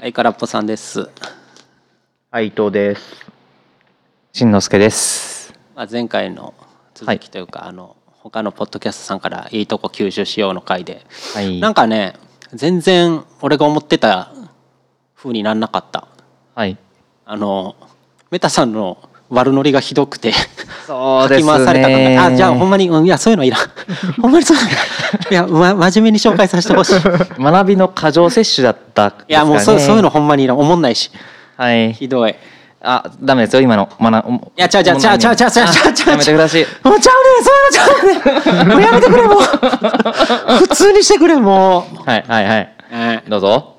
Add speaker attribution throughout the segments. Speaker 1: はい、空っぽさんです。
Speaker 2: はい、伊藤です。
Speaker 3: しんのすけです。
Speaker 1: まあ、前回の続きというか、あの他のポッドキャストさんからいいとこ吸収しようの回で、
Speaker 3: はい。
Speaker 1: なんかね全然俺が思ってた風になんなかった
Speaker 3: はい。
Speaker 1: あのメタさんの悪ノリがひどくて
Speaker 3: そう
Speaker 1: かき回されたとねあじゃあほんまに、うん、いやそういうのいらんほんまにそういうのいらんいや、ま、真面目に紹介させてほしい
Speaker 3: 学びの過剰摂取だったんですか、ね。
Speaker 1: いやもうそうそういうの。ほんまにいらん思んないし
Speaker 3: はい。
Speaker 1: ひどいい
Speaker 3: あ、ダメですよ、今の。まな、い
Speaker 1: やちゃうちゃうちゃうちゃうちゃうちゃうちゃうちゃう
Speaker 3: やめてください。
Speaker 1: もうちゃうねんそういうのちゃうねんもうやめてくれもう 普通にしてくれもう
Speaker 3: はい、はい、はい。
Speaker 1: え
Speaker 3: どうぞ。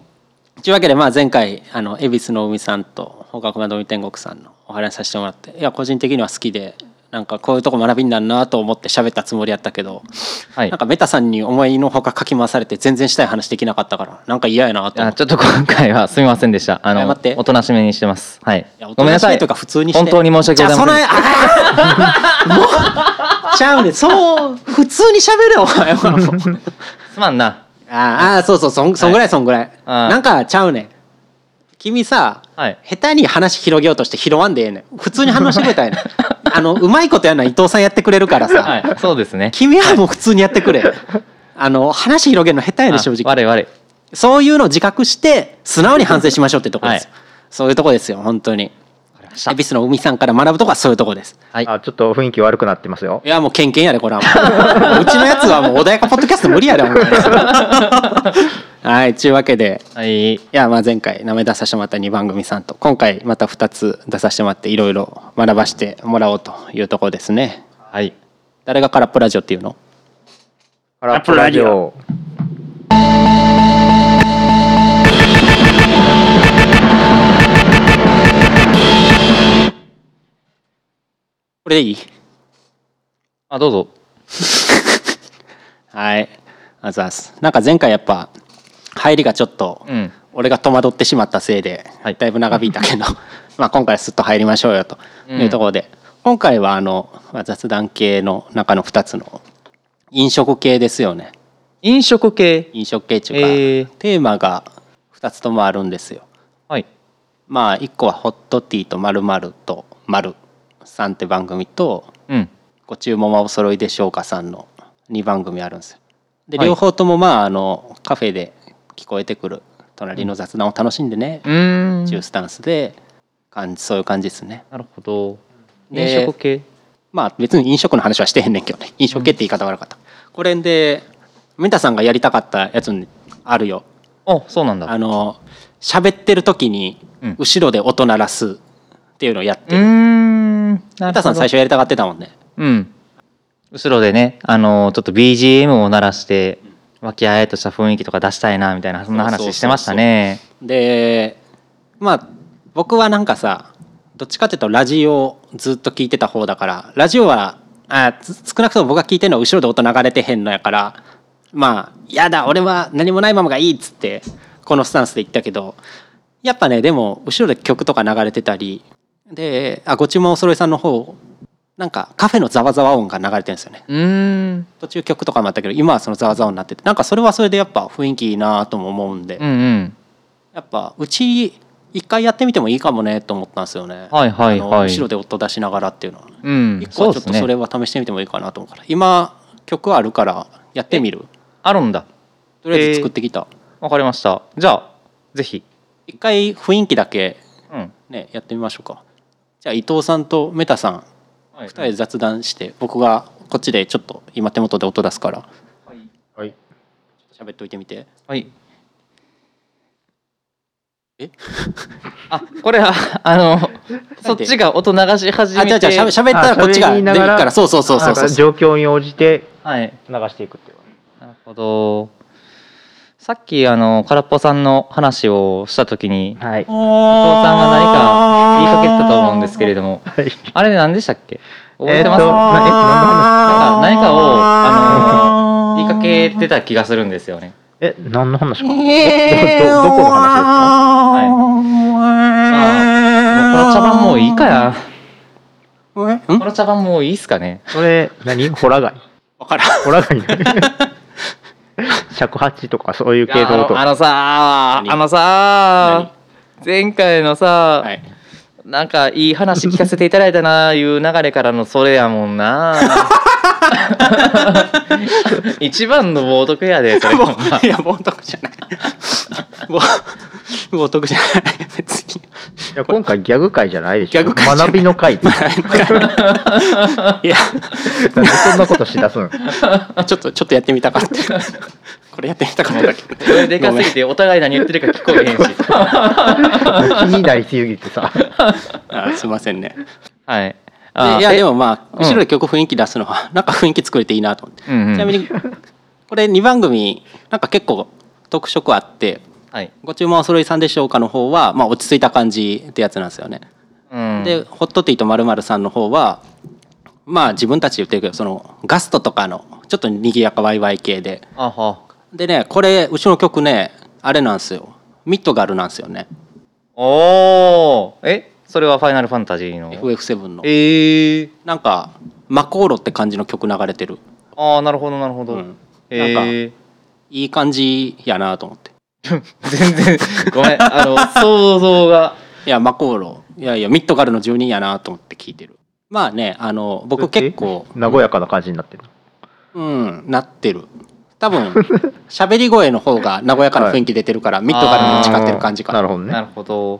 Speaker 1: ーというわけでまあ前回あの恵比寿の海さんと本格窓海天国さんのお話しさせてもらっていや個人的には好きでなんかこういうとこ学びになるなと思って喋ったつもりやったけど、
Speaker 3: はい
Speaker 1: なん。かメタさんに思いのほかかき回されて全然したい話できなかったからなんか嫌やなと思
Speaker 3: あ
Speaker 1: って
Speaker 3: ちょっと今回はすみませんでした。
Speaker 1: 謝
Speaker 3: あの
Speaker 1: って、
Speaker 3: おとなしめにしてます。はい
Speaker 1: いや。
Speaker 3: ごめんなさ
Speaker 1: お
Speaker 3: い。
Speaker 1: としめとか普通にして
Speaker 3: 本当に申し訳ございません。
Speaker 1: じゃあそのあもうちゃうねんそう普通に喋れよお前は
Speaker 3: すまんな。
Speaker 1: あーあーそうそうそんそんぐらいそんぐらい、
Speaker 3: あー
Speaker 1: なんかちゃうねん君さ、
Speaker 3: はい
Speaker 1: 下手に話広げようとして拾わんでええねん普通に話してくれたらええ ねんあのうまいことやるのは伊藤さんやってくれるからさ、
Speaker 3: はい。そうですね。
Speaker 1: 君はもう普通にやってくれあの話広げるの下手やで正
Speaker 3: あ
Speaker 1: 直
Speaker 3: 我々。
Speaker 1: そういうのを自覚して素直に反省しましょうってとこです、
Speaker 3: はい
Speaker 1: そういうとこですよ本当に
Speaker 3: した
Speaker 1: 恵比寿の海さんから学ぶとこはそういうとこです
Speaker 3: はい。
Speaker 2: あ、ちょっと雰囲気悪くなってますよ
Speaker 1: い。やもうケンケンやでこれはも ううちのやつはもう穏やかポッドキャスト無理や でほんまにはいちゅうわけで
Speaker 3: はい。
Speaker 1: いやまあ前回名前出させてもらった2番組さんと今回また2つ出させてもらっていろいろ学ばしてもらおうというところですね
Speaker 3: はい。
Speaker 1: 誰が空っぽラジオっていうの
Speaker 2: ラップラジオ。
Speaker 1: これでいい
Speaker 3: あ、どうぞ。
Speaker 1: はいあざっすなんか前回やっぱ入りがちょっと
Speaker 3: うん。
Speaker 1: 俺が戸惑ってしまったせいで、
Speaker 3: はい
Speaker 1: だいぶ長引いたけど まあ今回はすっと入りましょうよというところで、今回はあのまあ雑談系の中の2つの飲食系ですよね
Speaker 3: 飲食系。
Speaker 1: 飲食系っていうか、
Speaker 3: えー
Speaker 1: テーマが2つともあるんですよ
Speaker 3: はい。
Speaker 1: まあ1個は「ホットティーとまるとまるさんって番組と
Speaker 3: うん。
Speaker 1: 「ご注文はお揃いでしょうか」さんの2番組あるんですよ。で
Speaker 3: はい
Speaker 1: 両方ともまああのカフェで聞こえてくる隣の雑談を楽しんでね
Speaker 3: うーん。
Speaker 1: っていうスタンスで感じそういう感じですね。
Speaker 3: なるほど。飲
Speaker 1: で
Speaker 3: 食系。
Speaker 1: まあ別に飲食の話はしてへんねんけどね飲食系って言い方悪かった。これでメタさんがやりたかったやつにあるよ。
Speaker 3: あ、そうなんだ。
Speaker 1: あの喋ってる時に
Speaker 3: うん
Speaker 1: 後ろで音鳴らすっていうのをやっ
Speaker 3: う
Speaker 1: て
Speaker 3: ー
Speaker 1: る。
Speaker 3: ん。
Speaker 1: メ
Speaker 3: なる
Speaker 1: タ
Speaker 3: ほど
Speaker 1: さん最初やりたがってたもんね。
Speaker 3: うん。後ろでね、あのちょっと BGM を鳴らして、和気あいあいとした雰囲気とか出したいな、みたいな、そんな
Speaker 1: そうそうそうそう
Speaker 3: 話してましたね。
Speaker 1: でまあ僕はなんかさどっちかっていうとラジオをずっと聞いてた方だからラジオはあつ少なくとも僕が聞いてるのは後ろで音流れてへんのやからまあ「やだ俺は何もないままがいい」っつってこのスタンスで言ったけどやっぱねでも後ろで曲とか流れてたりであご注文おそろいさんの方なんかカフェのざわざわ音が流れてるんですよね
Speaker 3: うーん。
Speaker 1: 途中曲とかもあったけど今はそのざわざわになっててなんかそれはそれでやっぱ雰囲気いいなとも思うんで
Speaker 3: うんうん。
Speaker 1: やっぱうち一回やってみてもいいかもねと思ったんですよね。
Speaker 3: はいはい
Speaker 1: あの
Speaker 3: はい。
Speaker 1: 後ろで音出しながらっていうのは、
Speaker 3: うん。
Speaker 1: 一個
Speaker 3: そ
Speaker 1: は
Speaker 3: う
Speaker 1: ちょ
Speaker 3: で
Speaker 1: っ
Speaker 3: す
Speaker 1: とそれ
Speaker 3: ね。
Speaker 1: は試してみてもいいかなと思うから、今曲あるからやってみる
Speaker 3: あるんだ。
Speaker 1: とりあえず作ってきた
Speaker 3: わかりました。じゃあ、ぜひ。
Speaker 1: 一回雰囲気だけ
Speaker 3: うん。
Speaker 1: ねやってみましょうかじゃあ伊藤さんとメタさん
Speaker 3: は
Speaker 1: 二
Speaker 3: い
Speaker 1: 人で雑談して僕がこっちでちょっと今手元で音出すから
Speaker 2: はい。
Speaker 1: 喋っといてみて
Speaker 3: はい。
Speaker 1: え
Speaker 3: あ、これは、あの、そっちが音流し始
Speaker 1: あ
Speaker 3: め
Speaker 1: じゃあ
Speaker 3: て。
Speaker 1: じゃあ喋ったらこっちが
Speaker 2: あ喋
Speaker 1: で
Speaker 2: り
Speaker 1: き
Speaker 2: なが
Speaker 1: る
Speaker 2: ら
Speaker 1: からそうそうそうそう
Speaker 2: なんか
Speaker 1: そう
Speaker 2: 状況に応じて
Speaker 3: はい。
Speaker 2: 流していくっていう。
Speaker 3: なるほど。さっきあの空っぽさんの話をした時に、伊藤
Speaker 2: はい。
Speaker 3: さんが何か言いかけてたと思うんですけれども、
Speaker 2: はい。
Speaker 3: あれ何でしたっけ？覚えてます？
Speaker 2: えーと
Speaker 3: なんか
Speaker 2: なえ何の話
Speaker 3: 何かをあの言いかけてた気がするんですよね。
Speaker 2: え、何の話か。どど
Speaker 1: ど
Speaker 2: どこの 話ですか。
Speaker 3: はいあーもうこの茶番もういいかや。
Speaker 1: ん
Speaker 3: この茶番もういいっすかね。
Speaker 2: それ、何、ホラガイ。
Speaker 1: わからん。
Speaker 2: ホラガイ。尺八とかそういう
Speaker 3: い
Speaker 2: 系
Speaker 3: やあ
Speaker 2: の音
Speaker 3: のあのさ
Speaker 1: 何
Speaker 3: あのさ前回のさ、
Speaker 1: はい
Speaker 3: なんかいい話聞かせていただいたないう流れからのそれやもん な一番の冒涜やでそれ
Speaker 1: もういや冒涜じゃ ない冒冒涜じゃない別 に
Speaker 2: いや今回ギャグ会じゃないでしょ
Speaker 1: ギャグ会じゃない
Speaker 2: 学びの会 ってなんで
Speaker 1: いや
Speaker 2: そんなことしだすん
Speaker 1: ちょっとちょっとやってみたかったこれやってみたかったけど
Speaker 3: それでかすぎてお互い何言ってるか聞こえへん し
Speaker 2: 気になりすぎてさ
Speaker 1: あすいませんね
Speaker 3: はい
Speaker 1: でいや
Speaker 3: え
Speaker 1: でもまあ
Speaker 3: うん
Speaker 1: 後ろで曲雰囲気出すのはなんか雰囲気作れていいなと思って、
Speaker 3: うんうん
Speaker 1: ちなみにこれ2番組なんか結構特色あって
Speaker 3: はい、
Speaker 1: ご注文はお揃いさんでしょうかの方は、まあ、落ち着いた感じってやつなんですよね、
Speaker 3: うん、
Speaker 1: でホットティーとまるさんの方はまあ自分たちで言ってるけどそのガストとかのちょっと賑やかワイワイ系で
Speaker 3: あは
Speaker 1: でねこれうちの曲ねあれなんですよミッドガルなんですよね
Speaker 3: おーえそれは「ファイナルファンタジーの」
Speaker 1: FF7 の
Speaker 3: えー、
Speaker 1: なんかマコーロって感じの曲流れてる
Speaker 3: ああなるほどなるほど、
Speaker 1: うん
Speaker 3: えー、
Speaker 1: いい感じやなと思って
Speaker 3: 全然ごめんあの想像が
Speaker 1: いやマコーロいやいやミッドガルの住人やなと思って聞いてるまあねあの僕結構
Speaker 2: え和やかな感じになってる
Speaker 1: うんなってる多 分喋り声の方が和やかな雰囲気出てるから、ミッドガルに打ち勝ってる感じか
Speaker 2: なるほどね
Speaker 3: なるほど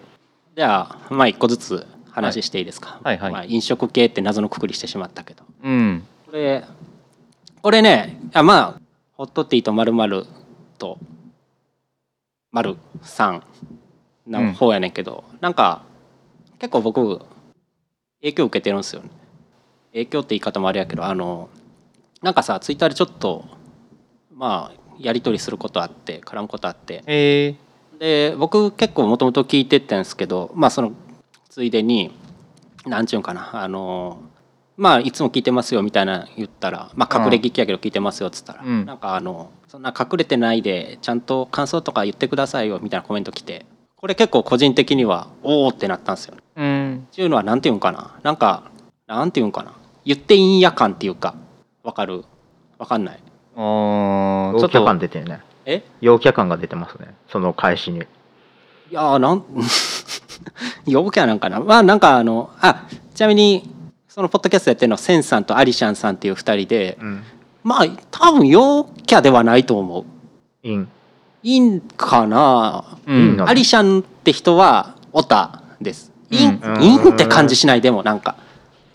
Speaker 1: じゃあまあ一個ずつ話していいですか、
Speaker 3: はいはいはい
Speaker 1: まあ、飲食系って謎のくくりしてしまったけど
Speaker 3: うん
Speaker 1: これこれねあまあホットティーとまると丸さんの方やねんけど、なんか結構僕影響受けてるんですよね影響って言い方もあれやけどあのなんかさツイッターでちょっとまあやり取りすることあって絡むことあって
Speaker 3: え
Speaker 1: で僕結構もともと聞いてってんですけどまあそのついでに何ちゅうんかなあのまあいつも聞いてますよみたいな言ったらまあ隠れ聞きやけど聞いてますよっつったら、
Speaker 3: うん
Speaker 1: なんかあのそんな隠れてないでちゃんと感想とか言ってくださいよみたいなコメント来てこれ結構個人的にはおおってなったんですよね。
Speaker 3: ー、うん
Speaker 1: っていうのは何て言うんかななんかなんて言うんかな言っていいんや感っていうかわかるわかんない
Speaker 3: あーちょ
Speaker 2: 陽
Speaker 3: っ
Speaker 2: キャ感
Speaker 3: と
Speaker 2: 出てるね
Speaker 1: え
Speaker 2: 陽キャ感が出てますねその返しに
Speaker 1: いやーなん 陽キャなんかなまあなんかあのあちなみにそのポッドキャストやってるのはセンさんとアリシャンさんっていう2人で
Speaker 2: うん
Speaker 1: まあ多分陽キャではないと思う
Speaker 2: イン
Speaker 1: いいんかな、
Speaker 3: う
Speaker 2: いいな
Speaker 1: アリシャンって人はオタですいいん
Speaker 2: うん
Speaker 1: いいんって感じしないでもなんか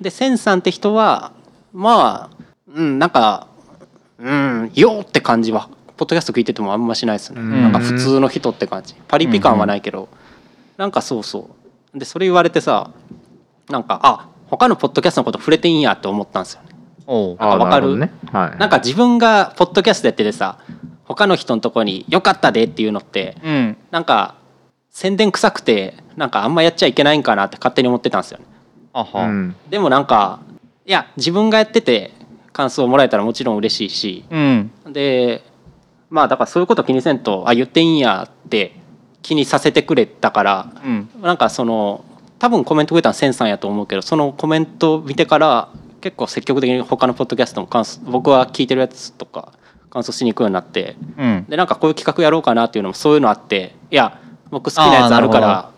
Speaker 1: でセンさんって人はまあうんなんかうん陽って感じはポッドキャスト聞いててもあんましないですね
Speaker 2: うん
Speaker 1: なんか普通の人って感じパリピ感はないけど、なんかそうそうでそれ言われてさなんかあ他のポッドキャストのこと触れていいんやって思ったんですよね
Speaker 3: おう
Speaker 1: あなんかわかる
Speaker 2: あーなほどねはい
Speaker 1: なんか自分がポッドキャストやっててさ他の人のとこに「よかったで」っていうのって
Speaker 3: うん
Speaker 1: なんか宣伝臭くてなんかあんまやっちゃいけないんかなって勝手に思ってたんですよね
Speaker 3: あは、
Speaker 2: う
Speaker 3: うん
Speaker 2: ん
Speaker 1: でもなんかいや自分がやってて感想をもらえたらもちろん嬉しいしでまあだからそういうこと気にせんとあ言っていいんやって気にさせてくれたから
Speaker 3: うん
Speaker 1: なんかその多分コメントくれたのセンさんやと思うけどそのコメントを見てから結構積極的に他のポッドキャストも感想僕は聞いてるやつとか感想しに行くようになって
Speaker 3: うん
Speaker 1: でなんかこういう企画やろうかなっていうのもそういうのあっていや僕好きなやつあるか
Speaker 3: あーなる
Speaker 1: ら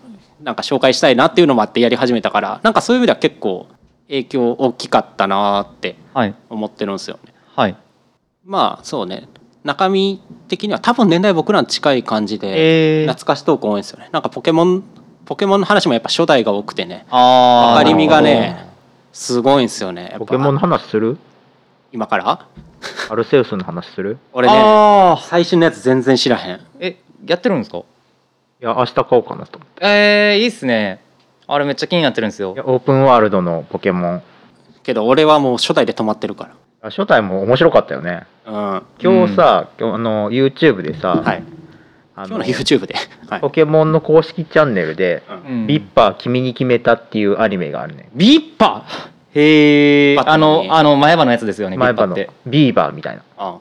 Speaker 1: なんか紹介したいなっていうのもあってやり始めたからなんかそういう意味では結構影響大きかったなーって
Speaker 3: はい
Speaker 1: 思ってるんですよね。
Speaker 3: はい
Speaker 1: まあそうね中身的には多分年代僕らに近い感じで
Speaker 3: えー、
Speaker 1: 懐かしトーク多いんですよねなんかポケモンポケモンの話もやっぱ初代が多くてね分
Speaker 3: あー
Speaker 1: かりみがねすごいんですよねやっぱ
Speaker 2: ポケモンの話する
Speaker 1: 今から
Speaker 2: アルセウスの話する
Speaker 1: 俺ね
Speaker 3: あ
Speaker 1: 最新のやつ全然知らへん
Speaker 3: ーえやってるんですか
Speaker 2: いや明日買おうかなと
Speaker 3: えー、いいっすねあれめっちゃ気になってるんですよ
Speaker 2: いやオープンワールドのポケモン
Speaker 1: けど俺はもう初代で止まってるか
Speaker 2: あ初代も面白かったよね
Speaker 1: らうん
Speaker 2: 今日さ、今日あの YouTube でさ、
Speaker 1: はい
Speaker 2: あ
Speaker 1: 今
Speaker 2: の
Speaker 1: 日の YouTube で、はい
Speaker 2: ポケモンの公式チャンネルで
Speaker 3: うん
Speaker 2: 「ビッパー君に決めた」っていうアニメがあるね
Speaker 3: ビッパへえ
Speaker 1: バッ
Speaker 3: あ
Speaker 1: タの
Speaker 3: の
Speaker 1: ね
Speaker 3: あの前歯のやつですよねビ
Speaker 2: 前
Speaker 3: ッパ
Speaker 2: 歯
Speaker 3: っ
Speaker 2: の
Speaker 3: て
Speaker 2: ビーバーみたいな
Speaker 1: あ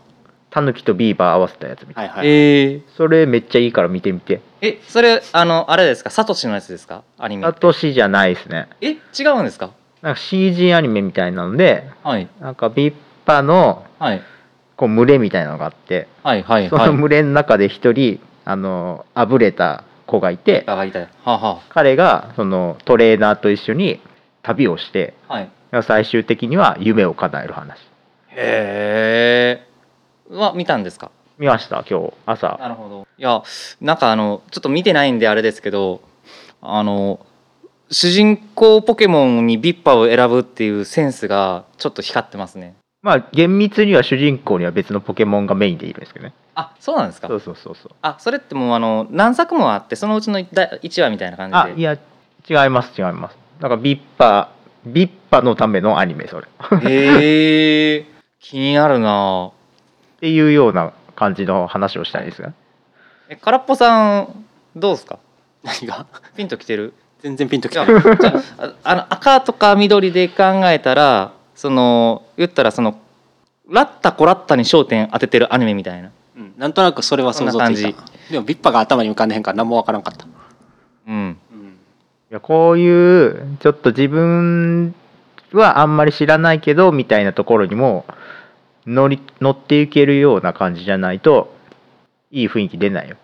Speaker 2: タヌキとビーバー合わせたやつみたいな、
Speaker 1: はいはい、
Speaker 3: えー、
Speaker 2: それめっちゃいいから見てみて
Speaker 3: えそれあのあれですかサトシのやつですかアニメ
Speaker 2: サトシじゃないですね
Speaker 3: え違うんですか
Speaker 2: なんか CG アニメみたいなので
Speaker 3: はい
Speaker 2: なんかビッパーの
Speaker 3: はい
Speaker 2: こう群れみたいなのがあって
Speaker 3: はいはい
Speaker 2: そ
Speaker 3: はい
Speaker 2: の群れの中で一人あのあぶれた子がいて
Speaker 3: あいたよはあは
Speaker 2: 彼がそのトレーナーと一緒に旅をして
Speaker 3: あはい
Speaker 2: 最終的には夢を叶える話
Speaker 3: へえは見たんですか
Speaker 2: 見ました今日朝
Speaker 3: なるほどいやなんかあのちょっと見てないんであれですけどあの主人公ポケモンにビッパを選ぶっていうセンスがちょっと光ってますね
Speaker 2: まあ厳密には主人公には別のポケモンがメインでいるんですけどね
Speaker 3: あそうなんですか
Speaker 2: そうそうそうそう
Speaker 3: あそれってもうあの何作もあってそのうちの1話みたいな感じで
Speaker 2: あいや違います違いますなんかビッパビッパのためのアニメそれっ
Speaker 3: へえ気になるな
Speaker 2: ていうような感じの話をしたいですが
Speaker 3: え空っぽさんどうですか
Speaker 1: 何が
Speaker 3: ピンときてる
Speaker 1: 全然ピンとき
Speaker 3: い
Speaker 1: て
Speaker 3: や
Speaker 1: ない
Speaker 3: じゃああの赤とか緑で考えたらその言ったらそのラッタコラッタに焦点当ててるアニメみたいな
Speaker 1: うんなんとなくそれは想像つ
Speaker 3: そん
Speaker 1: い
Speaker 3: な
Speaker 1: た
Speaker 3: 感
Speaker 1: でもビッパが頭に浮かんでへんから何もわからんかった、
Speaker 3: うん
Speaker 2: いやこういうちょっと自分はあんまり知らないけどみたいなところにも乗り乗っていけるような感じじゃないといい雰囲気出ないよ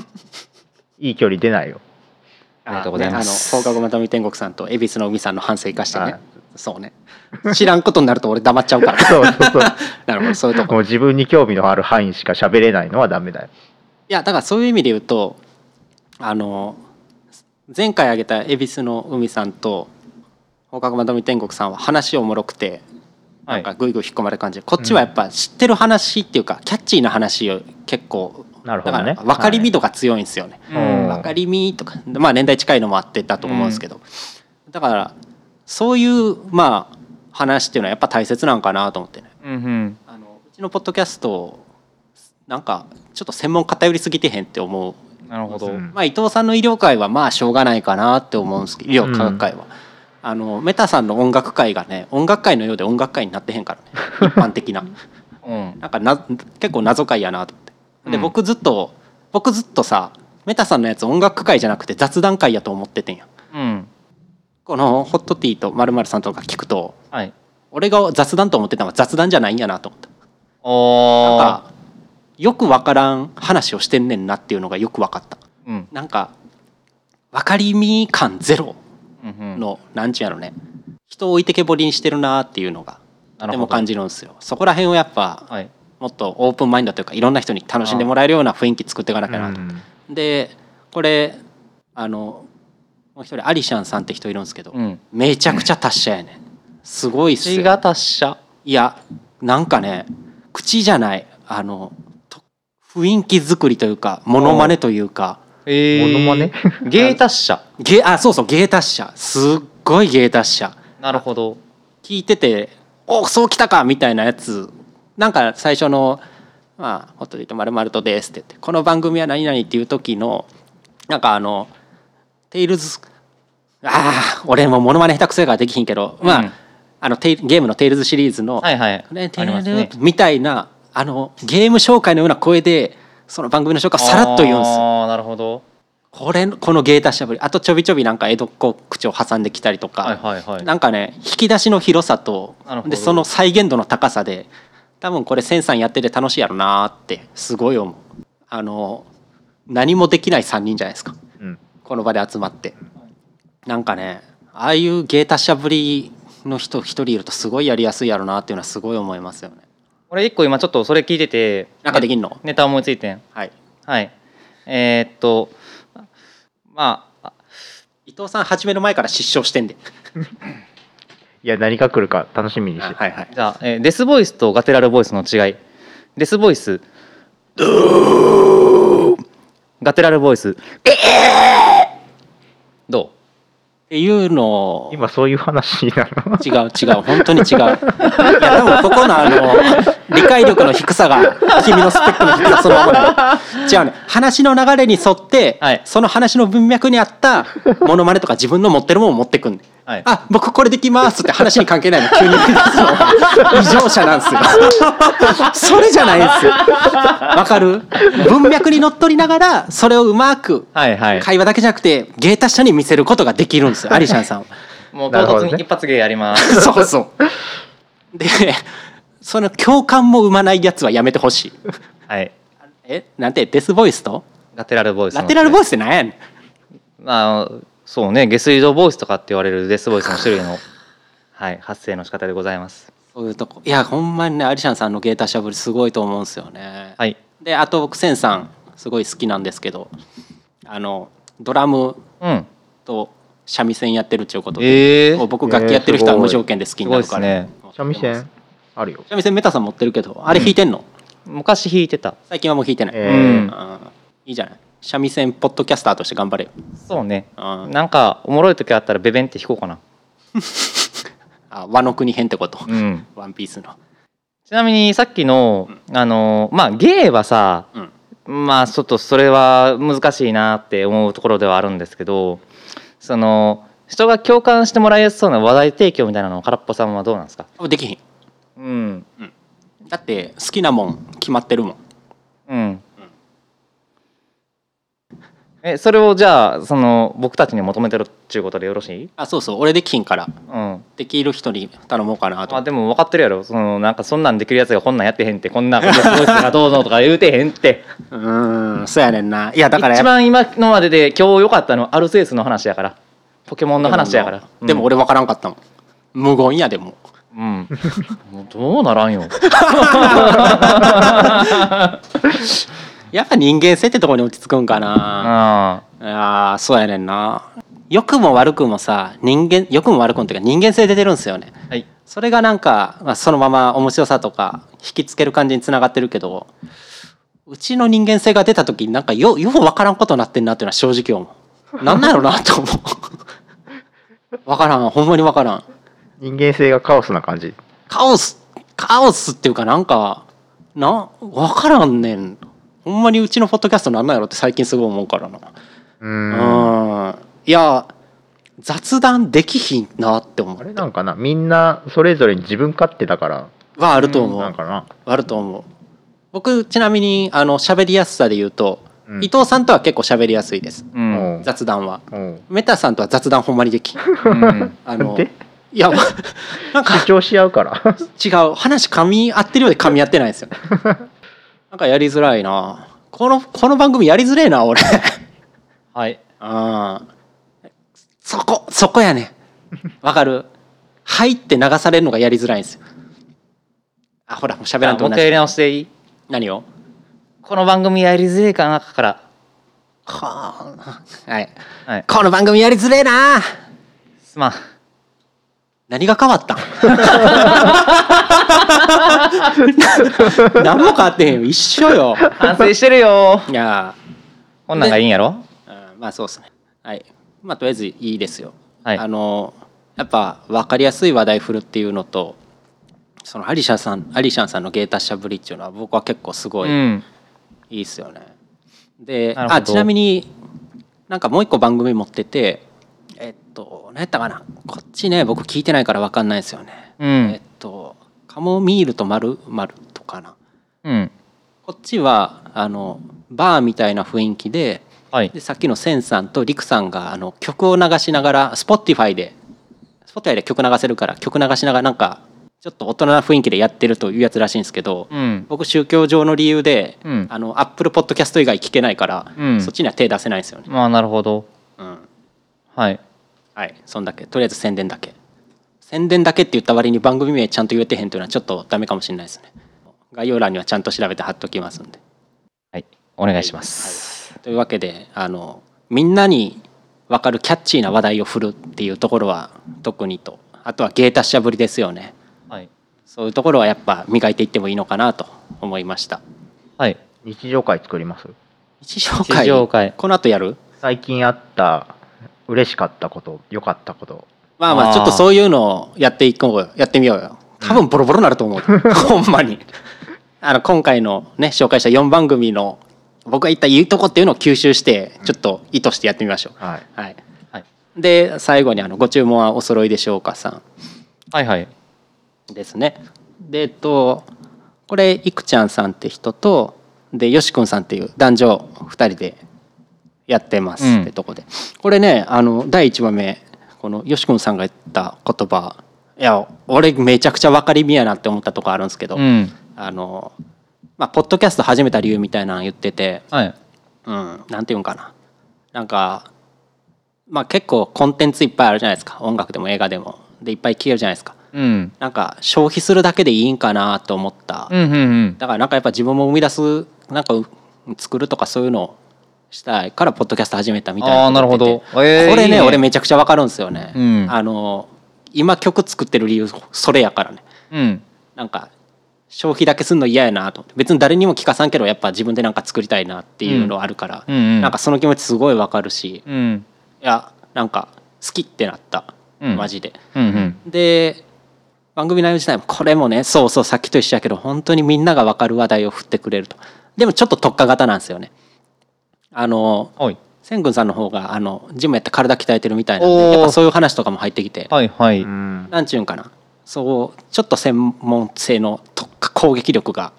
Speaker 2: いい距離出ないよ
Speaker 3: ありがとうございます
Speaker 1: ねあの放課後またみ天国さんと恵比寿の海さんの反省生かして
Speaker 2: は
Speaker 1: ね
Speaker 2: い
Speaker 1: そうね知らんことになると俺黙っちゃうから
Speaker 2: そうそうそう
Speaker 1: なるほどそういうとこ
Speaker 2: もう自分に興味のある範囲しか喋れないのはダメだよ
Speaker 1: いやだからそういう意味で言うとあの前回挙げた恵比寿の海さんと放課後まとみ天国さんは話おもろくて
Speaker 3: は
Speaker 1: なん
Speaker 3: い
Speaker 1: かグイグイ引っ込まれる感じでこっちはやっぱ知ってる話っていうかキャッチーな話を結構
Speaker 2: なる
Speaker 1: だ
Speaker 2: ほ
Speaker 1: か
Speaker 2: どね
Speaker 1: ら分かりみ度が強いんですよね。
Speaker 3: うん
Speaker 1: 分かりみとかまあ年代近いのもあってだと思うんですけどだからそういうまあ話っていうのはやっぱ大切なんかなと思ってね。
Speaker 3: うんうん
Speaker 1: あのうちのポッドキャストなんかちょっと専門偏りすぎてへんって思う
Speaker 3: なるほど、
Speaker 2: うん
Speaker 1: まあ、伊藤さんの医療界はまあしょうがないかなって思うんですけど医療科学界は、あのメタさんの音楽界がね音楽界のようで音楽界になってへんからね一般的な
Speaker 3: うん
Speaker 1: なんかな結構謎界やなと思ってで
Speaker 3: うん
Speaker 1: 僕ずっと僕ずっとさメタさんのやつ音楽界じゃなくて雑談界やと思っててんや
Speaker 3: うん
Speaker 1: このホットティーとまるさんとか聞くと
Speaker 3: はい
Speaker 1: 俺が雑談と思ってたのは雑談じゃないんやなと思ったなん
Speaker 3: おー
Speaker 1: かよくわからん話をしてんねんなっていうのがよくわかった
Speaker 3: うん
Speaker 1: なんか分かりみ感ゼロ
Speaker 3: うんうん
Speaker 1: のなんちゅうやろね人を置いてけぼりにしてるなっていうのがと
Speaker 3: なるほど
Speaker 1: ても感じるんですよそこら辺をやっぱ
Speaker 3: はい
Speaker 1: もっとオープンマインドというかいろんな人に楽しんでもらえるような雰囲気作っていかなきゃなと、
Speaker 2: うん
Speaker 1: でこれあのもう一人アリシャンさんって人いるんですけど、
Speaker 3: うん
Speaker 1: めちゃくちゃ達者やねんすごいっす
Speaker 3: 口
Speaker 1: よ
Speaker 3: が達者
Speaker 1: いやなんかね口じゃないあのと雰囲気作りというかモノマネというか
Speaker 3: え
Speaker 2: モノマネ
Speaker 3: 芸達者
Speaker 1: 芸あそうそう芸達者すっごい芸達者
Speaker 3: なるほど
Speaker 1: 聞いてて「おそうきたか!」みたいなやつなんか最初の「まあ、ホットリートまるとです」って言って「この番組は何々」っていう時のなんかあの「テイルズ」ああ俺もモノマネ下手くそやからできひんけど、まあ
Speaker 3: うん
Speaker 1: あのテイゲームの「テイルズ」シリーズの「
Speaker 3: はいはい
Speaker 1: ね、テ
Speaker 3: あり
Speaker 1: レ
Speaker 3: ます
Speaker 1: レ
Speaker 3: ね
Speaker 1: みたいなあのゲーム紹介のような声でその番組の紹介をさらっと言うんですよ。
Speaker 3: あーなるほど
Speaker 1: これこの芸達者ぶりあとちょびちょびなんか江戸っ子口を挟んできたりとか、
Speaker 3: はいはいはい
Speaker 1: なんかね引き出しの広さと
Speaker 3: なるほど
Speaker 1: でその再現度の高さで多分これ千さんやってて楽しいやろなーってすごい思うあの何もできない3人じゃないですか
Speaker 2: うん
Speaker 1: この場で集まってなんかねああいう芸達者ぶりの人一人いるとすごいやりやすいやろなっていうのはすごい思いますよね
Speaker 3: 俺一個今ちょっとそれ聞いてて
Speaker 1: なんかできんの
Speaker 3: ネタ思いついてん
Speaker 1: はい
Speaker 3: はいえーっとまあ
Speaker 1: 伊藤さん始める前から失笑してんで
Speaker 2: いや何が来るか楽しみにして
Speaker 1: はいはい
Speaker 3: じゃあ、えーデスボイスとガテラルボイスの違いデスボイスガテラルボイスど
Speaker 1: っていうのを
Speaker 2: 今そういう話な の
Speaker 1: 違う違う本当に違ういや多分ここのあの理解力の低さが君のスペックの低さそのままだよ違うね話の流れに沿って、
Speaker 3: はい
Speaker 1: その話の文脈に合ったモノマネとか自分の持ってるものを持ってくんで、
Speaker 3: はい
Speaker 1: あ僕これできますって話に関係ないの急に言い出すの異常者なんですよそれじゃないんですよわかる文脈にのっとりながらそれをうまく
Speaker 3: うはいはい
Speaker 1: 会話だけじゃなくて芸達者に見せることができるんですよアリシャンさんは。
Speaker 3: もう
Speaker 2: なる
Speaker 3: 唐
Speaker 2: ほど
Speaker 3: 突
Speaker 2: ね
Speaker 3: に一発芸やります
Speaker 1: そうそう。で、その共感も生まないやつはやめてほしい
Speaker 3: はい
Speaker 1: えなんてデスボイスと
Speaker 3: ラテラルボイス
Speaker 1: ラテラルボ
Speaker 3: イ
Speaker 1: イスって何やねん
Speaker 3: スまあそうね下水道ボイスとかって言われるデスボイスの種類のはい発声の仕方でございます
Speaker 1: そういうとこいやほんまにねアリシャンさんのゲータしゃぶりすごいと思うんですよね、
Speaker 3: はい
Speaker 1: であと僕センさんすごい好きなんですけどあのドラム
Speaker 3: うん
Speaker 1: と三味線やってるっちゅうことで、
Speaker 3: ええ
Speaker 1: もう僕楽器やってる人は無条件で好きになるから、
Speaker 3: えーす
Speaker 2: 三味線あるよ。
Speaker 1: 三味線メタさん持ってるけどあれ弾いてんの、
Speaker 3: 昔弾いてた
Speaker 1: 最近はもう弾いてない、
Speaker 2: え
Speaker 3: うん
Speaker 1: うんいいじゃない三味線ポッドキャスターとして頑張れよ、
Speaker 3: そうね
Speaker 1: うん
Speaker 3: なんかおもろい時あったらベベンって弾こうかな
Speaker 1: あ和の国編ってこと、
Speaker 3: うん
Speaker 1: ワンピースの、
Speaker 3: ちなみにさっきの、あのまあ芸はさ
Speaker 1: うん、
Speaker 3: まあちょっとそれは難しいなって思うところではあるんですけどその人が共感してもらいやすそうな話題提供みたいなのを空っぽさんはどうなんですか
Speaker 1: できひん
Speaker 3: うん
Speaker 1: だって好きなもん決まってるもん
Speaker 3: うんえそれをじゃあその僕たちに求めてるっていうことでよろしい
Speaker 1: あそうそう俺できひんから
Speaker 3: うん
Speaker 1: できる人に頼もうかなと
Speaker 3: まあでも分かってるやろそのなんかそんなんできるやつがこんなんやってへんってこんなことすごい人がどうぞとか言うてへんって
Speaker 1: うーんそうやねんないやだからや
Speaker 3: 一
Speaker 1: っぱ
Speaker 3: 番今のまでで今日良かったのはアルセウスの話やからポケモンの話やから、
Speaker 1: でも俺分からんかったもん無言やでも
Speaker 3: うん、もうどう ならんよ。
Speaker 1: やっぱ人間性ってとこに落ち着くんかな
Speaker 3: あ
Speaker 1: あーそうやねんな良くも悪くもさ人間良くも悪くもっていうか人間性出てるんですよね
Speaker 3: あ、はい。
Speaker 1: それがなんか、まあ、そのまま面白さとか引きつける感じにつながってるけどうちの人間性が出た時になんかよよう分からんことになってんなっていうのは正直思うなんなんやろなと思う分からんほんまに分からん
Speaker 2: 人間性がカオスな感じ。
Speaker 1: カオスカオスっていうかなんかな分からんねんほんまにうちのポッドキャストなんなんやろって最近すごい思うからな
Speaker 2: うーん。
Speaker 1: うんいや雑談できひんなって思
Speaker 2: あ
Speaker 1: う
Speaker 2: れなんかなみんなそれぞれに自分勝手だから
Speaker 1: はあると思う、
Speaker 2: なんかな。
Speaker 1: あると思う僕ちなみにあの喋りやすさで言うと、
Speaker 2: うん
Speaker 1: 伊藤さんとは結構喋りやすいです
Speaker 3: うん。
Speaker 2: う
Speaker 1: 雑談は
Speaker 2: ん。
Speaker 1: メタさんとは雑談ほんまにで きん
Speaker 3: うん
Speaker 1: あ
Speaker 2: なん
Speaker 1: の
Speaker 2: で
Speaker 1: いや なんか
Speaker 2: 主張し合うから。
Speaker 1: 違う話噛み合ってるようで噛み合ってないん ですよなんかやりづらいなこのこの番組やりづれえな 俺
Speaker 3: はい。
Speaker 1: うんそこそこやねんわかる「はい」って流されるのがやりづらいんですよあほらもう喋
Speaker 3: じゃ
Speaker 1: ら
Speaker 3: あ
Speaker 1: ん
Speaker 3: もう
Speaker 1: と同
Speaker 3: 一回や
Speaker 1: じ
Speaker 3: り直していい
Speaker 1: 何を
Speaker 3: この番組やりづれえかなから。
Speaker 1: はあはい
Speaker 3: はい。
Speaker 1: この番組やりづれえな
Speaker 3: すまん。
Speaker 1: 何が変わ ったん何も変わってへんよ一緒よ
Speaker 3: 反省して るよ。
Speaker 1: いや
Speaker 3: こんなんがいいんやろ
Speaker 1: ーうんまあそうですねはいまあとりあえずいいですよ、
Speaker 3: はい
Speaker 1: あのやっぱ分かりやすい話題振るっていうのとそのアリシャさんアリシャンさんのゲータしゃぶりっていうのは僕は結構すご
Speaker 3: う
Speaker 1: い、
Speaker 3: ん。
Speaker 1: いいっすよねで
Speaker 3: なるほど
Speaker 1: あちなみになんかもう一個番組持っててえっと何やったかなこっちね僕聞いてないから分かんないですよね、
Speaker 3: う
Speaker 1: えっ
Speaker 3: ん。
Speaker 1: と「カモミールとまるまるとかな
Speaker 3: うん。
Speaker 1: こっちはあのバーみたいな雰囲気で
Speaker 3: はい
Speaker 1: で。さっきのセンさんとリクさんがあの曲を流しながら Spotify で Spotify で曲流せるから曲流しながらなんかちょっと大人な雰囲気でやってるというやつらしいんですけど、
Speaker 3: うん。
Speaker 1: 僕宗教上の理由で、
Speaker 3: うん
Speaker 1: あのアップルポッドキャスト以外聞けないから、
Speaker 3: うん
Speaker 1: そっちには手出せないんですよね、
Speaker 3: まあなるほど。
Speaker 1: うん
Speaker 3: はい。
Speaker 1: はいそんだけとりあえず宣伝だけ宣伝だけって言った割に番組名ちゃんと言えてへんというのはちょっとダメかもしれないですね概要欄にはちゃんと調べて貼っときますんで
Speaker 3: はい。お願いします。
Speaker 1: というわけであのみんなに分かるキャッチーな話題を振るっていうところは特にとあとは芸達者ぶりですよね
Speaker 3: はい。
Speaker 1: そういうところはやっぱ磨いていってもいいのかなと思いました
Speaker 3: はい。
Speaker 2: 日常会作ります
Speaker 1: 一紹介
Speaker 3: 一条会
Speaker 1: この後やる
Speaker 2: 最近あった嬉しかったこと良かったこと
Speaker 1: まあま
Speaker 3: あ
Speaker 1: あ
Speaker 3: ー
Speaker 1: ちょっとそういうのをやっていこうよやってみようよ多分ボロボロになると 思う、ほんまにあの今回のね紹介した4番組の僕が言ったいいとこっていうのを吸収してちょっと意図してやってみましょう、
Speaker 2: はい、
Speaker 1: はい、
Speaker 3: はい。
Speaker 1: で最後にあのご注文はお揃いでしょうかさ
Speaker 3: はいはい。
Speaker 1: んですねでえっとこれいくちゃんさんって人とでよしくんさんっていう男女2人でやってます、
Speaker 3: うん
Speaker 1: ってとこでこれねあの第1話目このよしくんさんが言った言葉いや俺めちゃくちゃ分かりみやなって思ったとこあるんですけど、
Speaker 3: うん
Speaker 1: あのまあポッドキャスト始めた理由みたいなの言ってて
Speaker 3: はい
Speaker 1: うんなんていうんかななんかまあ結構コンテンツいっぱいあるじゃないですか音楽でも映画でもでいっぱい聴けるじゃないですか
Speaker 3: うん
Speaker 1: なんか消費するだけでいいんかなと思った、
Speaker 3: うんうんうん
Speaker 1: だからなんかやっぱ自分も生み出すなんかう作るとかそういうのをしたいからポッドキャスト始めたみたいな
Speaker 3: あーなるほど
Speaker 1: こと言ってて
Speaker 3: えー
Speaker 1: これね
Speaker 3: いいね
Speaker 1: 俺めちゃくちゃわかるんですよね、
Speaker 3: うん
Speaker 1: あの今曲作ってる理由それやからね
Speaker 3: うん
Speaker 1: なんか消費だけすんの嫌やなと思って別に誰にも聞かさんけどやっぱ自分でなんか作りたいなっていうのあるから、
Speaker 3: うんうん
Speaker 1: なんかその気持ちすごいわかるし、い
Speaker 3: うん
Speaker 1: やなんか好きってなった、
Speaker 3: うん
Speaker 1: マジで
Speaker 3: うんうん
Speaker 1: で番組内容自体もこれもねそうそうさっきと一緒やけど本当にみんなが分かる話題を振ってくれるとでもちょっと特化型なんですよねあの
Speaker 3: はい
Speaker 1: 千軍さんの方があのジムやって体鍛えてるみたいなん
Speaker 3: おー
Speaker 1: でやっぱそういう話とかも入ってきて
Speaker 3: はいはいう
Speaker 2: ん
Speaker 1: なんちゅうんかなそうちょっと専門性の特化攻撃力が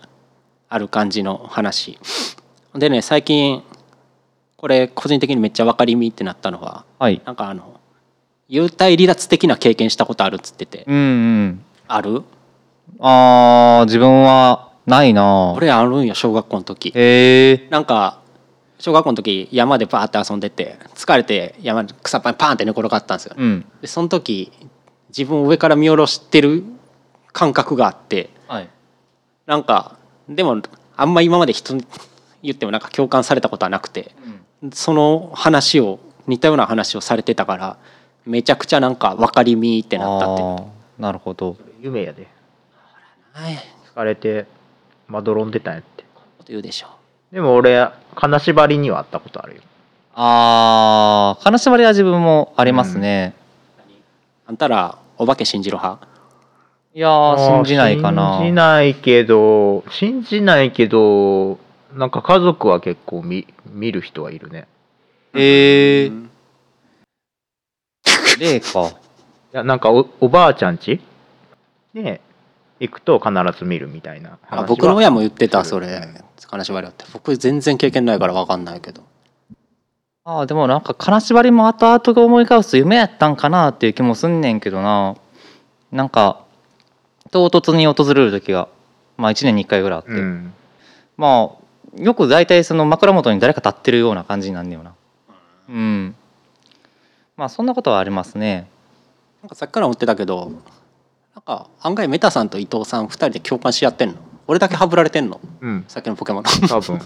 Speaker 1: ある感じの話でね最近これ個人的にめっちゃ分かりみってなったのは
Speaker 3: はい
Speaker 1: なんかあの幽体離脱的な経験したことあるっつってて、
Speaker 3: うんうん
Speaker 1: ある
Speaker 3: あー自分はないな
Speaker 1: 俺あるんや小学校の時
Speaker 3: へえ
Speaker 1: なんか小学校の時山でバーって遊んでて疲れて山で草っぱにパーンって寝転がったんですよ、
Speaker 3: うん
Speaker 1: でその時自分を上から見下ろしてる感覚があって
Speaker 3: はい
Speaker 1: なんかでもあんま今まで人に 言ってもなんか共感されたことはなくてその話を似たような話をされてたからめちゃくちゃなんか分かりみってなったっていう
Speaker 3: あーなるほど
Speaker 2: 夢やで
Speaker 1: はい
Speaker 2: 疲れてまどろんでたんやって
Speaker 1: こと言うでしょ
Speaker 2: でも俺金縛りにはあったことあるよ
Speaker 3: あー金縛りは自分もありますね、
Speaker 1: あんたらお化け信じる派
Speaker 3: いやー信じないかな
Speaker 2: 信じないけど信じないけどなんか家族は結構見見る人はいるね
Speaker 3: えー、霊か
Speaker 2: いやなんかおおばあちゃんちで行くと必ず見るみたいな話
Speaker 1: あ
Speaker 2: は
Speaker 1: 僕の親も言ってたそ
Speaker 2: うん
Speaker 1: れ金縛りはって僕全然経験ないから分かんないけど
Speaker 3: あーでもなんか金縛りも後々思い返すと夢やったんかなっていう気もすんねんけどななんか唐突に訪れる時がまあ1年に1回ぐらいあって、
Speaker 2: うん
Speaker 3: まあよく大体その枕元に誰か立ってるような感じになんねよなうんまあそんなことはありますね
Speaker 1: なんかさっきから思ってたけどなんか案外メタさんと伊藤さん2人で共感し合ってんの俺だけハブられてんの
Speaker 2: うん
Speaker 1: さっきのポケモン
Speaker 2: 多 分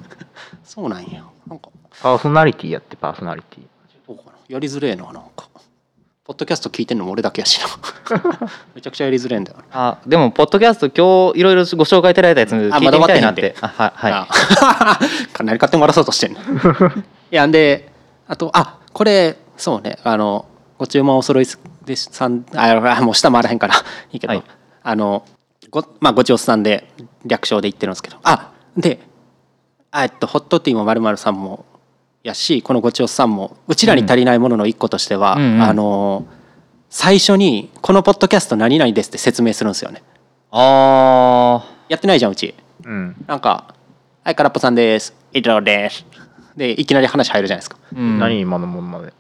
Speaker 1: そうなんやなんか
Speaker 2: パーソナリティやってパーソナリティ
Speaker 1: どうかなやりづれえななんかポッドキャスト聞いてんのも俺だけやしな めちゃくちゃやりづれえんだよな
Speaker 3: あでもポッドキャスト今日いろいろご紹介いただいたやつ聞いてみたいなってあははい
Speaker 1: あ かなり勝手に終わらそうとして んねいやんであとあこれそうねあのご注文お揃いですさんああもう下回らへんからいいけど、
Speaker 3: はい
Speaker 1: あのごまあごちおさんで略称で言ってるんですけどあであえっとホットティーもまるさんもやしこのごちおさんもうちらに足りないものの一個としては、
Speaker 3: うんうんうん
Speaker 1: あの最初に「このポッドキャスト何々です」って説明するんですよね
Speaker 3: あ
Speaker 1: やってないじゃんうち
Speaker 2: うん
Speaker 1: なんか「はい空っぽさんです」「伊藤です」でいきなり話入るじゃないですか
Speaker 3: ー、うん、
Speaker 2: 何今のもんまで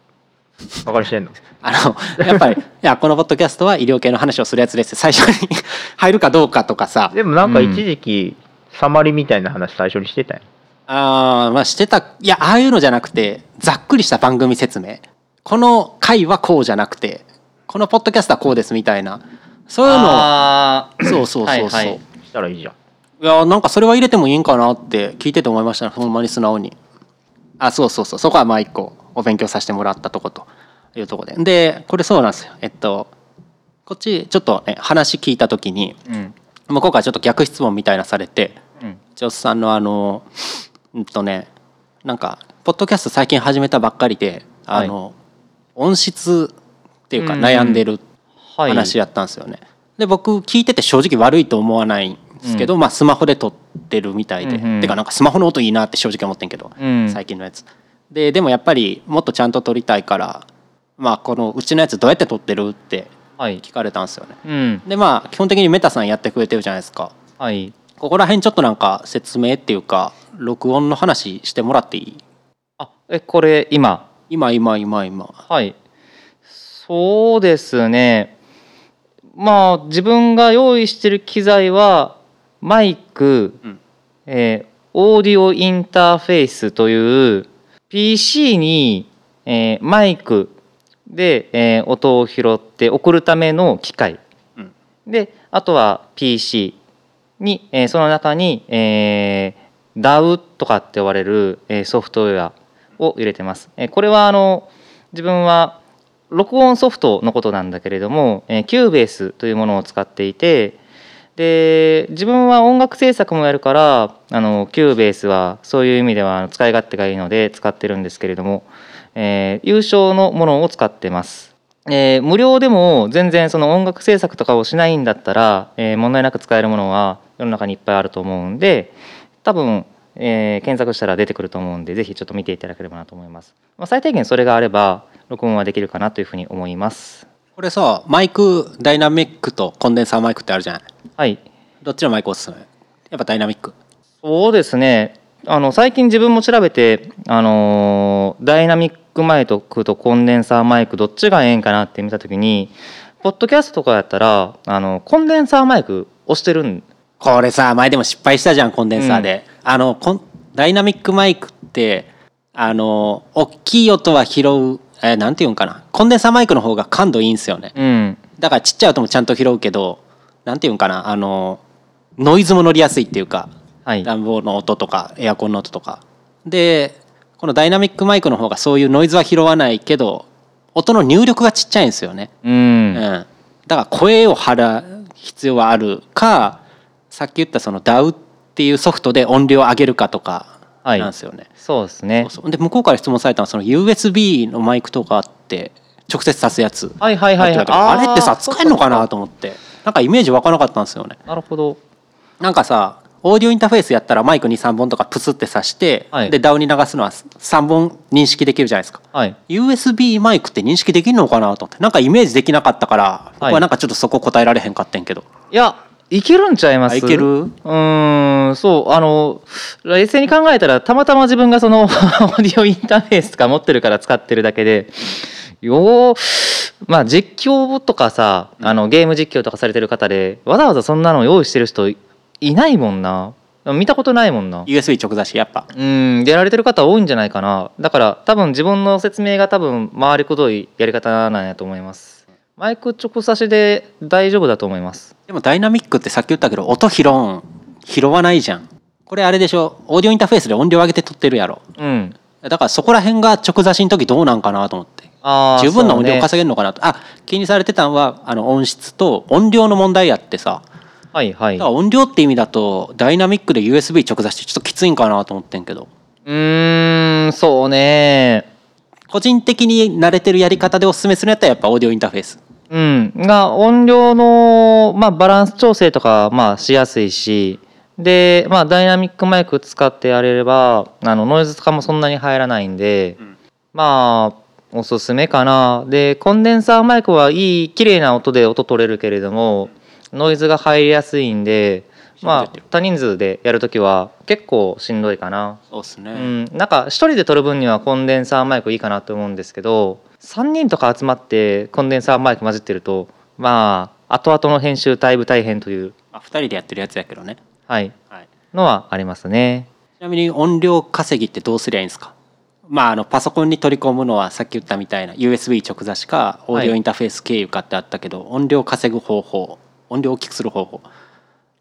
Speaker 2: バカにしてんの
Speaker 1: あのやっぱり「いやこのポッドキャストは医療系の話をするやつです」最初に 入るかどうかとかさ
Speaker 2: でもなんか一時期、サマリみたいな話最初にしてたよ
Speaker 1: あーまあしてたいやああいうのじゃなくてざっくりした番組説明この回はこうじゃなくてこのポッドキャストはこうですみたいなそういうのを
Speaker 3: あー
Speaker 1: そうそうそうそう、
Speaker 3: はいいはい
Speaker 2: したらいいじゃん
Speaker 1: やなんかそれは入れてもいいんかなって聞いてて思いましたねほんまに素直にあそうそうそうそこはまあ一個お勉強させてもらったとこというとこででこれそうなんですよえっとこっちちょっとね話聞いた時に
Speaker 3: うん
Speaker 1: 向こうからちょっと逆質問みたいなされて
Speaker 3: うん
Speaker 1: ジョスさんのあのうんとねなんかポッドキャスト最近始めたばっかりであの、音質っていうか
Speaker 3: うんうん
Speaker 1: 悩んでる
Speaker 3: はい
Speaker 1: 話やったんですよね、で僕聞いてて正直悪いと思わないんですけど、まあスマホで撮ってるみたいで、
Speaker 3: うんうん
Speaker 1: てかなんかスマホの音いいなって正直思ってんけど、
Speaker 3: うん
Speaker 1: 最近のやつででもやっぱりもっとちゃんと撮りたいからまあこのうちのやつどうやって撮ってるって
Speaker 3: はい
Speaker 1: 聞かれたんですよね
Speaker 3: うん
Speaker 1: でまあ基本的にメタさんやってくれてるじゃないですか
Speaker 3: はい
Speaker 1: ここら辺ちょっとなんか説明っていうか録音の話してもらっていい
Speaker 3: あえこれ今
Speaker 1: 今今今今
Speaker 3: はいそうですねまあ自分が用意してる機材はマイク、
Speaker 1: うん
Speaker 3: えーオーディオインターフェースという PC に、えーマイクで、えー音を拾って送るための機械、
Speaker 1: うん
Speaker 3: であとは PC に、えーその中に、えー DAW とかって呼ばれる、えーソフトウェアを入れてます。えーこれはあの自分は録音ソフトのことなんだけれども、えー、キューベースというものを使っていてで自分は音楽制作もやるからあのキューベースはそういう意味ではあの使い勝手がいいので使ってるんですけれども、えー優勝のものを使ってます。えー無料でも全然その音楽制作とかをしないんだったら、えー問題なく使えるものは世の中にいっぱいあると思うんで多分、えー検索したら出てくると思うんでぜひちょっと見ていただければなと思います、まあ、最低限それがあれば録音はできるかなというふうに思います
Speaker 1: これさマイクダイナミックとコンデンサーマイクってあるじゃない
Speaker 3: はい
Speaker 1: どっちのマイクおすすめやっぱダイナミック
Speaker 3: そうですねあの最近自分も調べて、あのーダイナミックマイクとコンデンサーマイクどっちがええんかなって見た時にポッドキャストとかやったらあのコンデンサーマイク押してるん
Speaker 1: これさ前でも失敗したじゃんコンデンサーで、あのコンダイナミックマイクってあの大きい音は拾うえなんていうんかなコンデンサーマイクの方が感度いいんすよね
Speaker 3: うん
Speaker 1: だからちっちゃい音もちゃんと拾うけどなんていうんかなあのノイズも乗りやすいっていうか
Speaker 3: はい
Speaker 1: 暖房の音とかエアコンの音とかでこのダイナミックマイクの方がそういうノイズは拾わないけど音の入力がちっちゃいんですよね、
Speaker 3: う
Speaker 1: うんん、だから声を張る必要はあるかさっき言ったその DAW っていうソフトで音量を上げるかとか
Speaker 3: はい
Speaker 1: なんですよね、
Speaker 3: そうですね
Speaker 1: そうそうで向こうから質問されたのはその USB のマイクとかあって直接挿すやつ
Speaker 3: はいはいはい
Speaker 1: な
Speaker 3: は
Speaker 1: ん
Speaker 3: い
Speaker 1: ていうのかなあれってさ
Speaker 3: ー
Speaker 1: 使えるのかなと思ってなんかイメージ湧かなかったんですよね
Speaker 3: なるほど
Speaker 1: なんかさオーディオインターフェースやったらマイクに3本とかプスって挿して、
Speaker 3: はい
Speaker 1: で DAW に流すのは3本認識できるじゃないですか
Speaker 3: はい
Speaker 1: USB マイクって認識できるのかなと思ってなんかイメージできなかったから僕
Speaker 3: はい
Speaker 1: はなんかちょっとそこ答えられへんかったんけど、
Speaker 3: いやいけるんちゃいま
Speaker 1: あ
Speaker 3: す
Speaker 1: いける
Speaker 3: うーんそうあの冷静に考えたらたまたま自分がその オーディオインターフェースとか持ってるから使ってるだけでよーまあ実況とかさあのゲーム実況とかされてる方でわざわざそんなの用意してる人いいないもんな見たことないもんな
Speaker 1: USB 直差しやっぱ
Speaker 3: うんやられてる方多いんじゃないかなだから多分自分の説明が多分回りくどいやり方なんやと思いますマイク直差しで大丈夫だと思います
Speaker 1: でもダイナミックってさっき言ったけど音拾うん拾わないじゃんこれあれでしょオーディオインターフェースで音量上げて撮ってるやろ
Speaker 3: うん
Speaker 1: だからそこら辺が直差しの時どうなんかなと思って
Speaker 3: あー
Speaker 1: 十分な音
Speaker 3: そう
Speaker 1: 量
Speaker 3: ね
Speaker 1: 稼げるのかなと、あ気にされてたのはあの音質と音量の問題やってさ
Speaker 3: はいはい
Speaker 1: だから音量って意味だとダイナミックで USB 直差しってちょっときついんかなと思ってんけど
Speaker 3: うーんそうね
Speaker 1: 個人的に慣れてるやり方でおすすめするんやったらやっぱオーディオインターフェース
Speaker 3: うんが音量の、まあ、バランス調整とか、まあ、しやすいしで、まあ、ダイナミックマイク使ってやれればあのノイズとかもそんなに入らないんで、
Speaker 1: うん
Speaker 3: まあおすすめかなでコンデンサーマイクはいい綺麗な音で音取れるけれどもノイズが入りやすいんでまあ多人数でやるときは結構しんどいかな。
Speaker 1: そうっすね、
Speaker 3: うん、なんか一人で撮る分にはコンデンサーマイクいいかなと思うんですけど3人とか集まってコンデンサーマイク混じってるとまあ後々の編集だいぶ大変という、
Speaker 1: まあ、2人でやってるやつやけどね、
Speaker 3: はい、
Speaker 1: はい、
Speaker 3: のはありますね。
Speaker 1: ちなみに音量稼ぎってどうすりゃいいんですかまああのパソコンに取り込むのはさっき言ったみたいな USB 直差しかオーディオインターフェース経由かってあったけど、音量稼ぐ方法音量を大きくする方法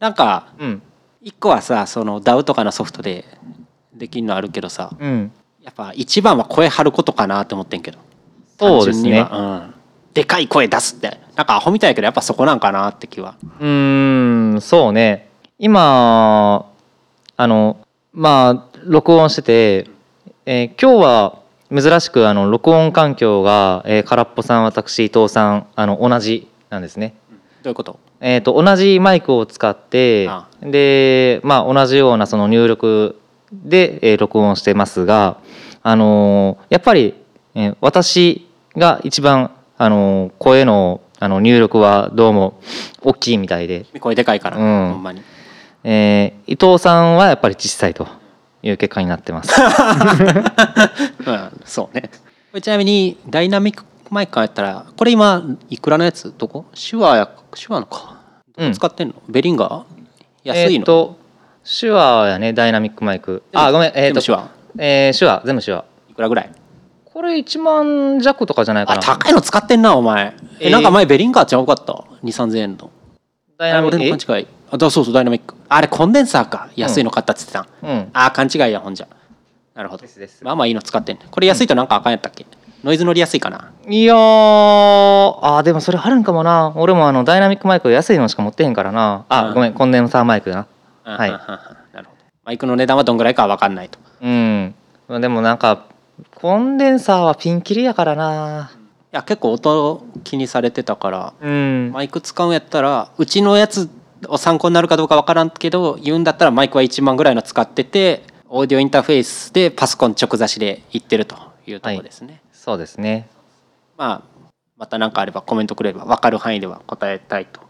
Speaker 1: なんか
Speaker 3: うん、
Speaker 1: 一個はさその DAW とかのソフトでできるのあるけどさ
Speaker 3: うん、
Speaker 1: やっぱ一番は声張ることかなって思ってんけど
Speaker 3: そうです
Speaker 1: 単純
Speaker 3: ね
Speaker 1: にはうん、でかい声出すってなんかアホみたいやけどやっぱそこなんかなって気は
Speaker 3: うーんそうね今あのまあ録音してて、えー今日は珍しくあの録音環境が、えー空っぽさん私伊藤さんあの同じなんですね。
Speaker 1: どういうこと
Speaker 3: えー、と同じマイクを使って
Speaker 1: あ
Speaker 3: で、まあ、同じようなその入力で、えー録音してますが、あのーやっぱり、えー私が一番、あのー声のあの入力はどうも大きいみたいで、
Speaker 1: 声でかいから、
Speaker 3: うん
Speaker 1: ほんまに
Speaker 3: えー伊藤さんはやっぱり小さいという 結果になってます。
Speaker 1: うん、そうね。これちなみにダイナミックマイク買ったらこれ今いくらのやつどこ手話や手話のか
Speaker 3: うん
Speaker 1: 使ってんの、ベリンガー安い
Speaker 3: えーっ
Speaker 1: の、
Speaker 3: と手話やねダイナミックマイクあごめんえー
Speaker 1: 全
Speaker 3: っ
Speaker 1: 部
Speaker 3: と
Speaker 1: 手話
Speaker 3: えー手話全部手話
Speaker 1: いくらぐらい
Speaker 3: これ1万弱とかじゃないか
Speaker 1: あ
Speaker 3: な
Speaker 1: 高いの使ってんなお前え、
Speaker 3: えー
Speaker 1: なんか前ベリンガーちゃうかった23000円の
Speaker 3: ダイ
Speaker 1: あ
Speaker 3: ナミ
Speaker 1: 俺の
Speaker 3: ック
Speaker 1: 勘違いあだそうそうダイナミックあれコンデンサーか安いの買ったっつってたん、
Speaker 3: えうん
Speaker 1: あー勘違いやほんじゃなるほど
Speaker 3: ですです
Speaker 1: まあまあいいの使ってんねこれ安いとなんかあかんやったっけ、ノイズ乗りやすいかない
Speaker 3: やーあーでもそれあるんかもな俺もあのダイナミックマイク安いのしか持ってへんからなあ、
Speaker 1: うん
Speaker 3: ごめんコンデンサーマイクなはい
Speaker 1: うんうんうんうんなるほどマイクの値段はどんぐらいかは分かんないとい
Speaker 3: うんまあでもなんかコンデンサーはピンキリやからな
Speaker 1: や結構音気にされてたから
Speaker 3: うん
Speaker 1: マイク使うんやったらうちのやつを参考になるかどうか分からんけど言うんだったらマイクは1万ぐらいの使っててオーディオインターフェースでパソコン直差しでいってるというところですね、
Speaker 3: そうですね
Speaker 1: まあまた何かあればコメントくれれば分かる範囲では答えたいと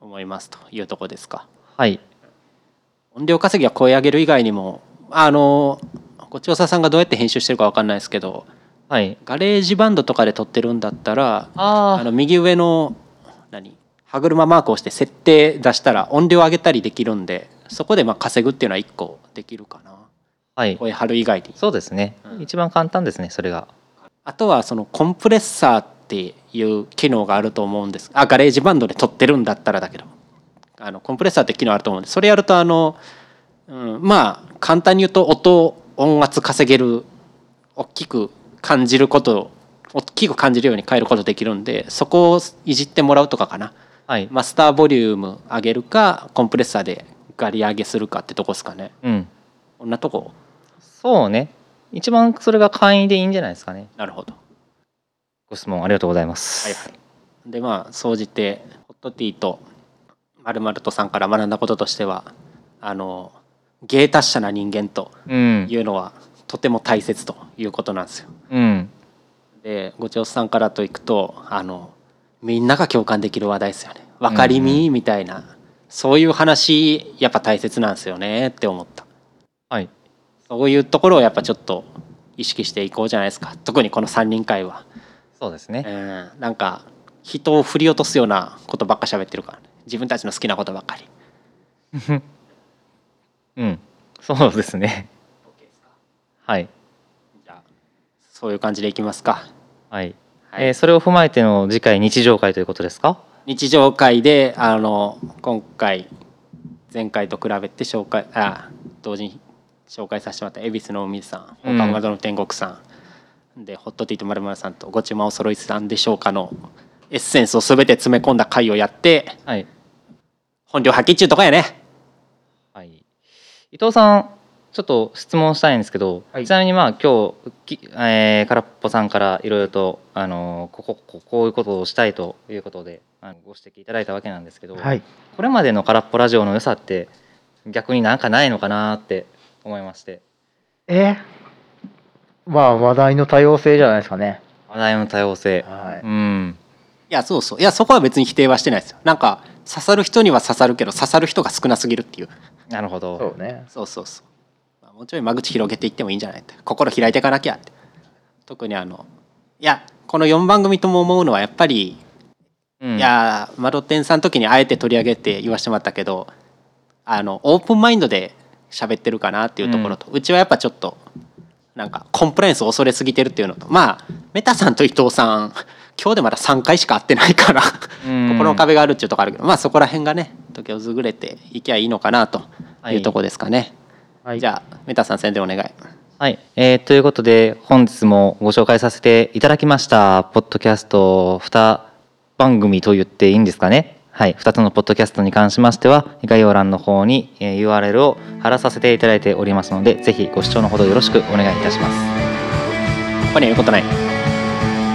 Speaker 1: 思いますというところですか
Speaker 3: はい
Speaker 1: 音量稼ぎは声上げる以外にもあのご調査さんがどうやって編集してるか分かんないですけど
Speaker 3: はい
Speaker 1: ガレージバンドとかで撮ってるんだったら
Speaker 3: あ
Speaker 1: あの右上の何歯車マークを押して設定出したら音量上げたりできるんでそこでまあ稼ぐっていうのは一個できるかな
Speaker 3: はい
Speaker 1: 声張る以外に
Speaker 3: そうですね、
Speaker 1: うん
Speaker 3: 一番簡単ですねそれが
Speaker 1: あとはそのコンプレッサーっていう機能があると思うんですあガレージバンドで撮ってるんだったらだけどあのコンプレッサーって機能あると思うんでそれやるとあの、うん、まあ簡単に言うと音音圧稼げる大きく感じること大きく感じるように変えることできるんでそこをいじってもらうとかかな
Speaker 3: はい
Speaker 1: マスターボリューム上げるかコンプレッサーでガリ上げするかってとこですかね
Speaker 3: うん
Speaker 1: こんなとこ
Speaker 3: そうね一番それが簡易でいいんじゃないですかね
Speaker 1: なるほど
Speaker 3: ご質問ありがとうございま
Speaker 1: は
Speaker 3: す
Speaker 1: いはい、でまあ総じてホットティーとまるまるとさんから学んだこととしてはあの芸達者な人間と
Speaker 3: うん
Speaker 1: いうのはとても大切ということなんですよ。
Speaker 3: うん
Speaker 1: でご調査さんからといくとあのみんなが共感できる話題ですよね。分かりみみたいな、そういう話やっぱ大切なんですよねって思った。
Speaker 3: はい
Speaker 1: そういうところをやっぱちょっと意識していこうじゃないですか特にこの3人会は。
Speaker 3: そうですね
Speaker 1: うん、なんか人を振り落とすようなことばっか喋ってるからね自分たちの好きなことばっかり
Speaker 3: うんそうですねはい
Speaker 1: じゃあそういう感じでいきますか、
Speaker 3: はい、
Speaker 1: はい
Speaker 3: えーそれを踏まえての次回日常会ということですか
Speaker 1: 日常会であの今回前回と比べて紹介あ同時に紹介させてもらった恵比寿の海さん
Speaker 3: う
Speaker 1: 他
Speaker 3: ん
Speaker 1: 窓の天国さんでホットティーとまるまるさんとごちまおそろいさんでしょうかのエッセンスを全て詰め込んだ回をやって
Speaker 3: はい、
Speaker 1: 本領発揮中とかやね
Speaker 3: はい、伊藤さんちょっと質問したいんですけど、
Speaker 2: はい
Speaker 3: ちなみにまあ今日き、えー、空っぽさんからいろいろと、あのーここここういうことをしたいということであのご指摘いただいたわけなんですけど、
Speaker 2: はい
Speaker 3: これまでの空っぽラジオの良さって逆になんかないのかなって思いまして
Speaker 2: えまあ話題の多様性じゃないですかね
Speaker 3: 話題の多様性、
Speaker 2: は
Speaker 3: うん
Speaker 1: いやそうそういやそこは別に否定はしてないですよなんか刺さる人には刺さるけど刺さる人が少なすぎるっていう
Speaker 3: なるほど
Speaker 2: そうね
Speaker 1: そうそうそうまあもうちょい間口広げていってもいいんじゃないって心開いていかなきゃって特にあのいやこの4番組とも思うのはやっぱり、
Speaker 3: うん
Speaker 1: いやーマロテンさんの時にあえて取り上げて言わせてもらったけどあのオープンマインドで喋ってるかなっていうところと、うちはやっぱちょっとなんかコンプライアンスを恐れすぎてるっていうのとまあメタさんと伊藤さん 今日でまだ3回しか会ってないから。
Speaker 3: うん
Speaker 1: 心の壁があるっていうところあるけど、まあそこら辺がね時をずぐれていきゃいいのかなと
Speaker 3: はい
Speaker 1: いうとこですかね、
Speaker 2: はい
Speaker 1: じゃあメタさん宣伝お願い
Speaker 3: はい、えーということで本日もご紹介させていただきましたポッドキャスト2番組と言っていいんですかねはい2つのポッドキャストに関しましては概要欄の方にえー URL を貼らさせていただいておりますのでぜひご視聴のほどよろしくお願いいたします
Speaker 1: ここには言うことない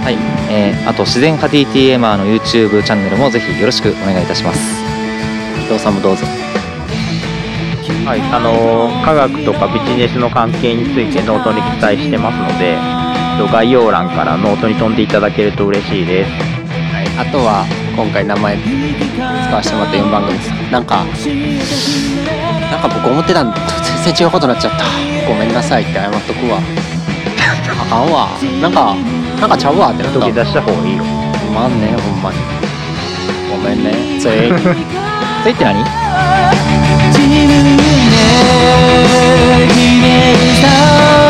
Speaker 3: はい、えーあと自然派 DTMR の YouTube チャンネルもぜひよろしくお願いいたします
Speaker 1: 伊藤さんもどうぞ
Speaker 2: はい、あの科学とかビジネスの関係についてノートに記載してますので、えっと概要欄からノートに飛んでいただけると嬉しいです。
Speaker 1: はい、あとは今回名前使わせてもらった4番組さんなんかなんか僕思ってたんと全然違うことになっちゃったごめんなさいって謝っとくわあかんわなんか
Speaker 4: なんかちゃうわってなった
Speaker 2: 溶け出した方がいいよ
Speaker 3: まんねほんまに
Speaker 4: ごめん ねつい
Speaker 3: それって何
Speaker 1: 自分で決めるさ